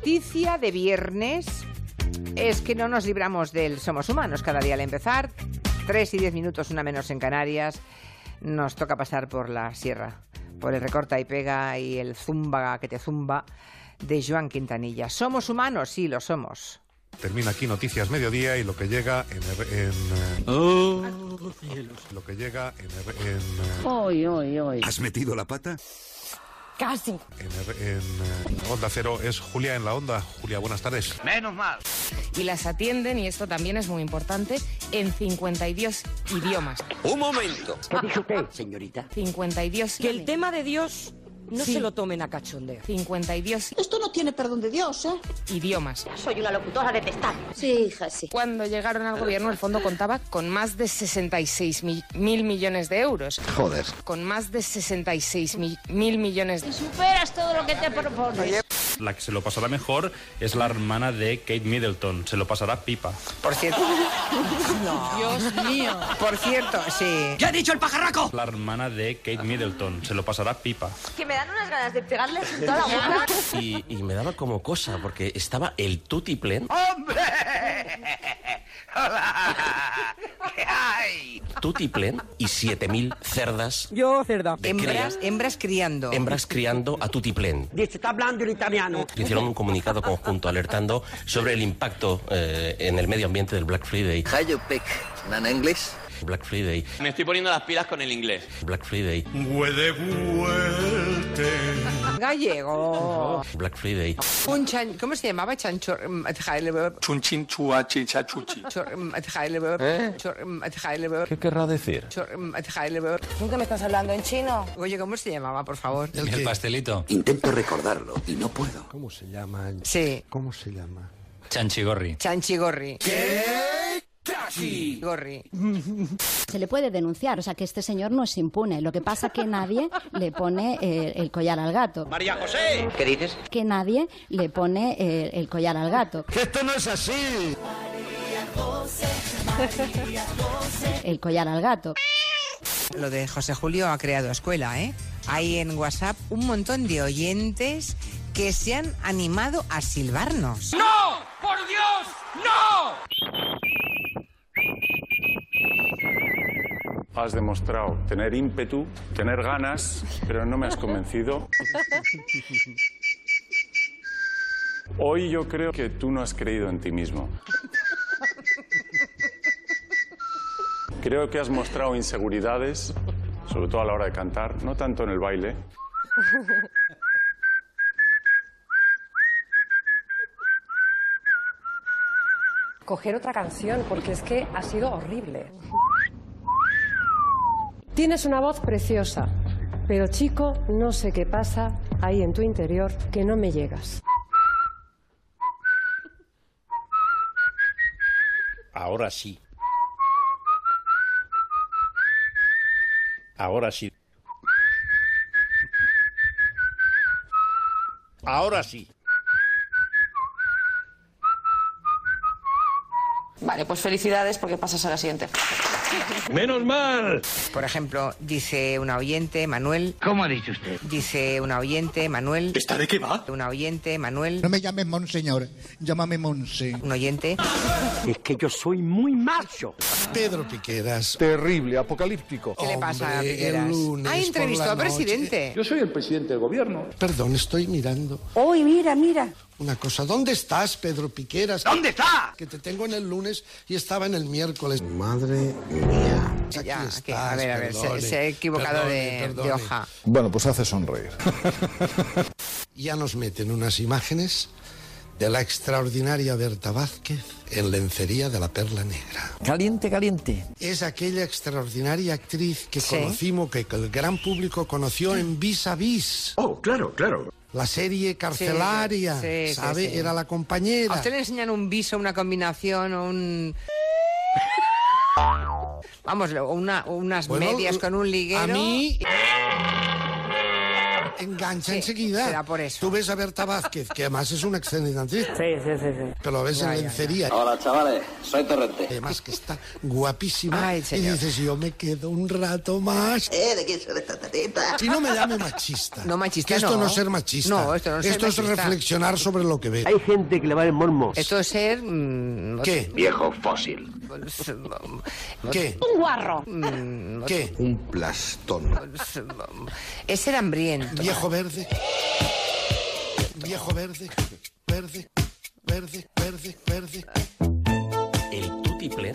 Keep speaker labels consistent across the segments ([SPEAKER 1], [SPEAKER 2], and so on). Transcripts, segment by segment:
[SPEAKER 1] Noticia de viernes es que no nos libramos del Somos Humanos cada día al empezar. Tres y diez minutos, una menos en Canarias. Nos toca pasar por la sierra, por el recorta y pega y el zumba que te zumba de Joan Quintanilla. ¿Somos humanos? Sí, lo somos.
[SPEAKER 2] Termina aquí Noticias Mediodía y lo que llega en... R- en, eh,
[SPEAKER 3] Oh,
[SPEAKER 2] lo que llega en... R- en, eh,
[SPEAKER 4] Hoy, hoy, hoy.
[SPEAKER 5] ¿Has metido la pata?
[SPEAKER 6] Casi.
[SPEAKER 2] en R- en, eh, Onda Cero es Julia en la Onda. Julia, buenas tardes.
[SPEAKER 6] Y las atienden, y esto también es muy importante, en 52 idiomas.
[SPEAKER 7] Un momento.
[SPEAKER 4] ¿Qué dijo usted, señorita?
[SPEAKER 6] 52
[SPEAKER 8] Que el tema de Dios no
[SPEAKER 6] Sí.
[SPEAKER 8] se lo tomen a cachondeo.
[SPEAKER 6] 52
[SPEAKER 9] Esto no tiene perdón de Dios, ¿eh?
[SPEAKER 6] idiomas.
[SPEAKER 9] Soy una locutora detestable. Sí, hija, sí.
[SPEAKER 6] Cuando llegaron al gobierno, el fondo contaba con más de 66 mi- mil millones de euros.
[SPEAKER 5] Joder.
[SPEAKER 6] Con más de 66 mi- mil millones de
[SPEAKER 9] Superas todo lo que te propones.
[SPEAKER 3] la que se lo pasará mejor es la hermana de Kate Middleton. Se lo pasará pipa.
[SPEAKER 1] Por cierto. Dios mío. Por cierto, sí.
[SPEAKER 3] La hermana de Kate Middleton. Se lo pasará pipa.
[SPEAKER 9] Que me dan unas ganas de pegarles en toda la boca.
[SPEAKER 7] Y, y me daba como cosa, porque estaba el tutiplen. ¡Hombre! Tutiplen y 7.000 cerdas
[SPEAKER 8] Yo, cerda.
[SPEAKER 7] de
[SPEAKER 1] Hembras,
[SPEAKER 7] crías,
[SPEAKER 1] hembras criando.
[SPEAKER 7] hembras criando a tutiplen.
[SPEAKER 4] Dice, está hablando en italiano.
[SPEAKER 7] Hicieron un comunicado conjunto alertando sobre el impacto eh, en el medio ambiente del Black Friday.
[SPEAKER 10] Hayopek, ¿nan inglés?
[SPEAKER 7] Black Friday,
[SPEAKER 11] Me estoy poniendo las pilas con el inglés.
[SPEAKER 7] Black Friday,
[SPEAKER 1] Gallego.
[SPEAKER 7] Black Friday.
[SPEAKER 1] Un chan- ¿Cómo se llamaba? Chanchor. mm, eh,
[SPEAKER 11] Chunchin chuachi chachuchi.
[SPEAKER 1] eh, mm, ¿Qué querrá mm, decir?
[SPEAKER 6] ¿Nunca me estás hablando en chino?
[SPEAKER 1] eh, Oye, ¿cómo se llamaba, por favor?
[SPEAKER 3] El pastelito.
[SPEAKER 10] Intento recordarlo y no puedo.
[SPEAKER 1] Sí,
[SPEAKER 3] Chanchigorri.
[SPEAKER 1] Chanchigorri. ¿Qué? Gorri.
[SPEAKER 9] Se le puede denunciar, o sea que este señor no es impune. Lo que pasa que nadie le pone eh, el collar al gato.
[SPEAKER 11] María José.
[SPEAKER 10] ¿Qué dices?
[SPEAKER 9] Que nadie le pone eh, el collar al gato.
[SPEAKER 5] ¡Que esto no es así!
[SPEAKER 9] El collar al gato.
[SPEAKER 1] Lo de José Julio ha creado escuela, ¿eh? Hay en WhatsApp un montón de oyentes que se han animado a silbarnos.
[SPEAKER 3] Has demostrado tener ímpetu, tener ganas, pero no me has convencido. Hoy yo creo que tú no has creído en ti mismo. Creo que has mostrado inseguridades, sobre todo a la hora de cantar, no tanto en el baile.
[SPEAKER 8] Coger otra canción, porque es que ha sido horrible. Tienes una voz preciosa, pero chico, no sé qué pasa ahí en tu interior que no me llegas.
[SPEAKER 3] Ahora sí. Ahora sí. Ahora sí.
[SPEAKER 6] Vale, pues felicidades porque pasas a la siguiente.
[SPEAKER 1] Por ejemplo, dice una oyente, Manuel.
[SPEAKER 10] ¿Cómo ha dicho usted?
[SPEAKER 1] Dice una oyente, Manuel.
[SPEAKER 11] ¿Está de qué va?
[SPEAKER 1] Una oyente, Manuel.
[SPEAKER 5] me llames Monseñor, llámame Monse.
[SPEAKER 1] Un oyente.
[SPEAKER 4] Es que yo soy muy macho.
[SPEAKER 5] Pedro Piqueras.
[SPEAKER 3] Terrible, apocalíptico.
[SPEAKER 1] ¿Qué le pasa a
[SPEAKER 5] Hombre,
[SPEAKER 1] Piqueras?
[SPEAKER 5] el lunes
[SPEAKER 1] Ha
[SPEAKER 5] por
[SPEAKER 1] entrevistado
[SPEAKER 5] la
[SPEAKER 1] al
[SPEAKER 5] noche.
[SPEAKER 1] presidente.
[SPEAKER 3] soy el presidente del gobierno.
[SPEAKER 5] Perdón, estoy mirando.
[SPEAKER 8] Hoy, mira, mira.
[SPEAKER 5] Una cosa, ¿dónde estás, Pedro Piqueras? ¿Dónde está? Que te tengo en el lunes y estaba en el miércoles. Madre mía. Aquí
[SPEAKER 1] Ya,
[SPEAKER 5] estás,
[SPEAKER 1] que- a ver, a ver, se-
[SPEAKER 5] perdone,
[SPEAKER 1] se ha equivocado
[SPEAKER 5] perdone,
[SPEAKER 1] de- de
[SPEAKER 5] perdone.
[SPEAKER 1] hoja.
[SPEAKER 3] Bueno, pues hace sonreír.
[SPEAKER 5] Ya nos meten unas imágenes de la extraordinaria Berta Vázquez en lencería de la Perla Negra.
[SPEAKER 10] Caliente, caliente.
[SPEAKER 5] Es aquella extraordinaria actriz que
[SPEAKER 1] Sí.
[SPEAKER 5] conocimos, que el gran público conoció en Vis a Vis.
[SPEAKER 10] Oh, claro, claro.
[SPEAKER 5] La serie carcelaria,
[SPEAKER 1] Sí, sí,
[SPEAKER 5] ¿sabe?
[SPEAKER 1] sí.
[SPEAKER 5] Era la
[SPEAKER 1] ¿A
[SPEAKER 5] compañera.
[SPEAKER 1] usted le enseñan un viso, una combinación o un... Vamos, lo- una, unas
[SPEAKER 5] Bueno,
[SPEAKER 1] medias con un liguero?
[SPEAKER 5] A mí... engancha enseguida. por eso. Tú ves a Berta Vázquez, que además es una excelente actriz.
[SPEAKER 12] Sí, sí, sí, sí.
[SPEAKER 5] Pero la ves
[SPEAKER 12] Ya, ya,
[SPEAKER 5] en
[SPEAKER 12] ya.
[SPEAKER 5] lencería.
[SPEAKER 12] Hola, chavales, soy Torrente.
[SPEAKER 5] Además que está guapísima. y dices, yo me quedo un rato más.
[SPEAKER 12] ¿Eh? ¿De quién son estas tetitas?
[SPEAKER 5] Si no me llame machista.
[SPEAKER 1] No machista,
[SPEAKER 5] Que esto no,
[SPEAKER 1] no.
[SPEAKER 5] es ser machista.
[SPEAKER 1] No, esto no es ser
[SPEAKER 5] Esto es
[SPEAKER 1] machista.
[SPEAKER 5] reflexionar sobre lo que ve.
[SPEAKER 1] Hay
[SPEAKER 5] gente que le va el mormo.
[SPEAKER 1] Esto es ser... mm,
[SPEAKER 5] ¿Qué?
[SPEAKER 10] Viejo fósil.
[SPEAKER 1] Pues,
[SPEAKER 5] ¿Qué?
[SPEAKER 1] Un guarro. mm,
[SPEAKER 5] ¿Qué?
[SPEAKER 10] Un plastón.
[SPEAKER 1] Es ser hambriento.
[SPEAKER 5] Viejo verde. Viejo verde. Verde. Verde. Verde. Verde.
[SPEAKER 7] El tutiple.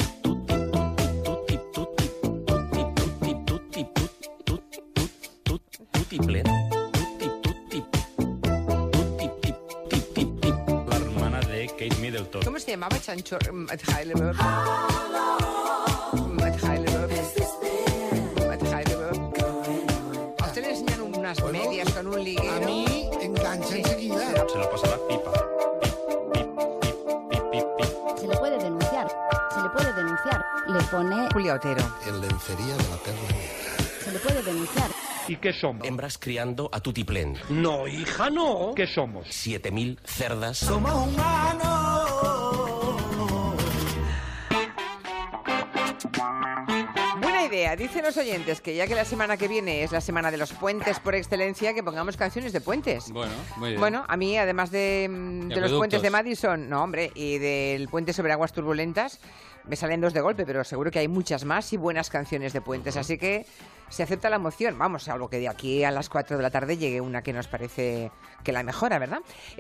[SPEAKER 7] Tutiple.
[SPEAKER 13] La hermana de Kate Middleton.
[SPEAKER 1] ¿Cómo se llamaba Chanchorro? Matt Heidelberg. Matt Heidelberg. Matt Heidelberg. A usted le enseñan unas medias con un liguero. A mí
[SPEAKER 5] engancha enseguida.
[SPEAKER 13] Se lo pasará pipa.
[SPEAKER 9] Se le puede denunciar. Se le puede denunciar. Le pone.
[SPEAKER 1] Julia Otero.
[SPEAKER 5] En lencería de la perla negra.
[SPEAKER 9] Se le puede denunciar.
[SPEAKER 7] ¿Y qué somos? Hembras criando a tutiplén. No, hija, no. ¿Qué somos? 7.000 cerdas. Somos
[SPEAKER 1] Buena idea. Dicen los oyentes que ya que la semana que viene es la semana de los puentes por excelencia, que pongamos canciones de puentes.
[SPEAKER 14] Bueno, muy bien.
[SPEAKER 1] Bueno, a mí, además de, mm,
[SPEAKER 14] Y
[SPEAKER 1] de los puentes
[SPEAKER 14] acueductos.
[SPEAKER 1] de Madison, no, hombre, y del puente sobre aguas turbulentas, me salen dos de golpe, pero seguro que hay muchas más y buenas canciones de puentes. Así que se acepta la moción. Vamos, algo que de aquí a las 4 de la tarde llegue una que nos parece que la mejora, ¿verdad?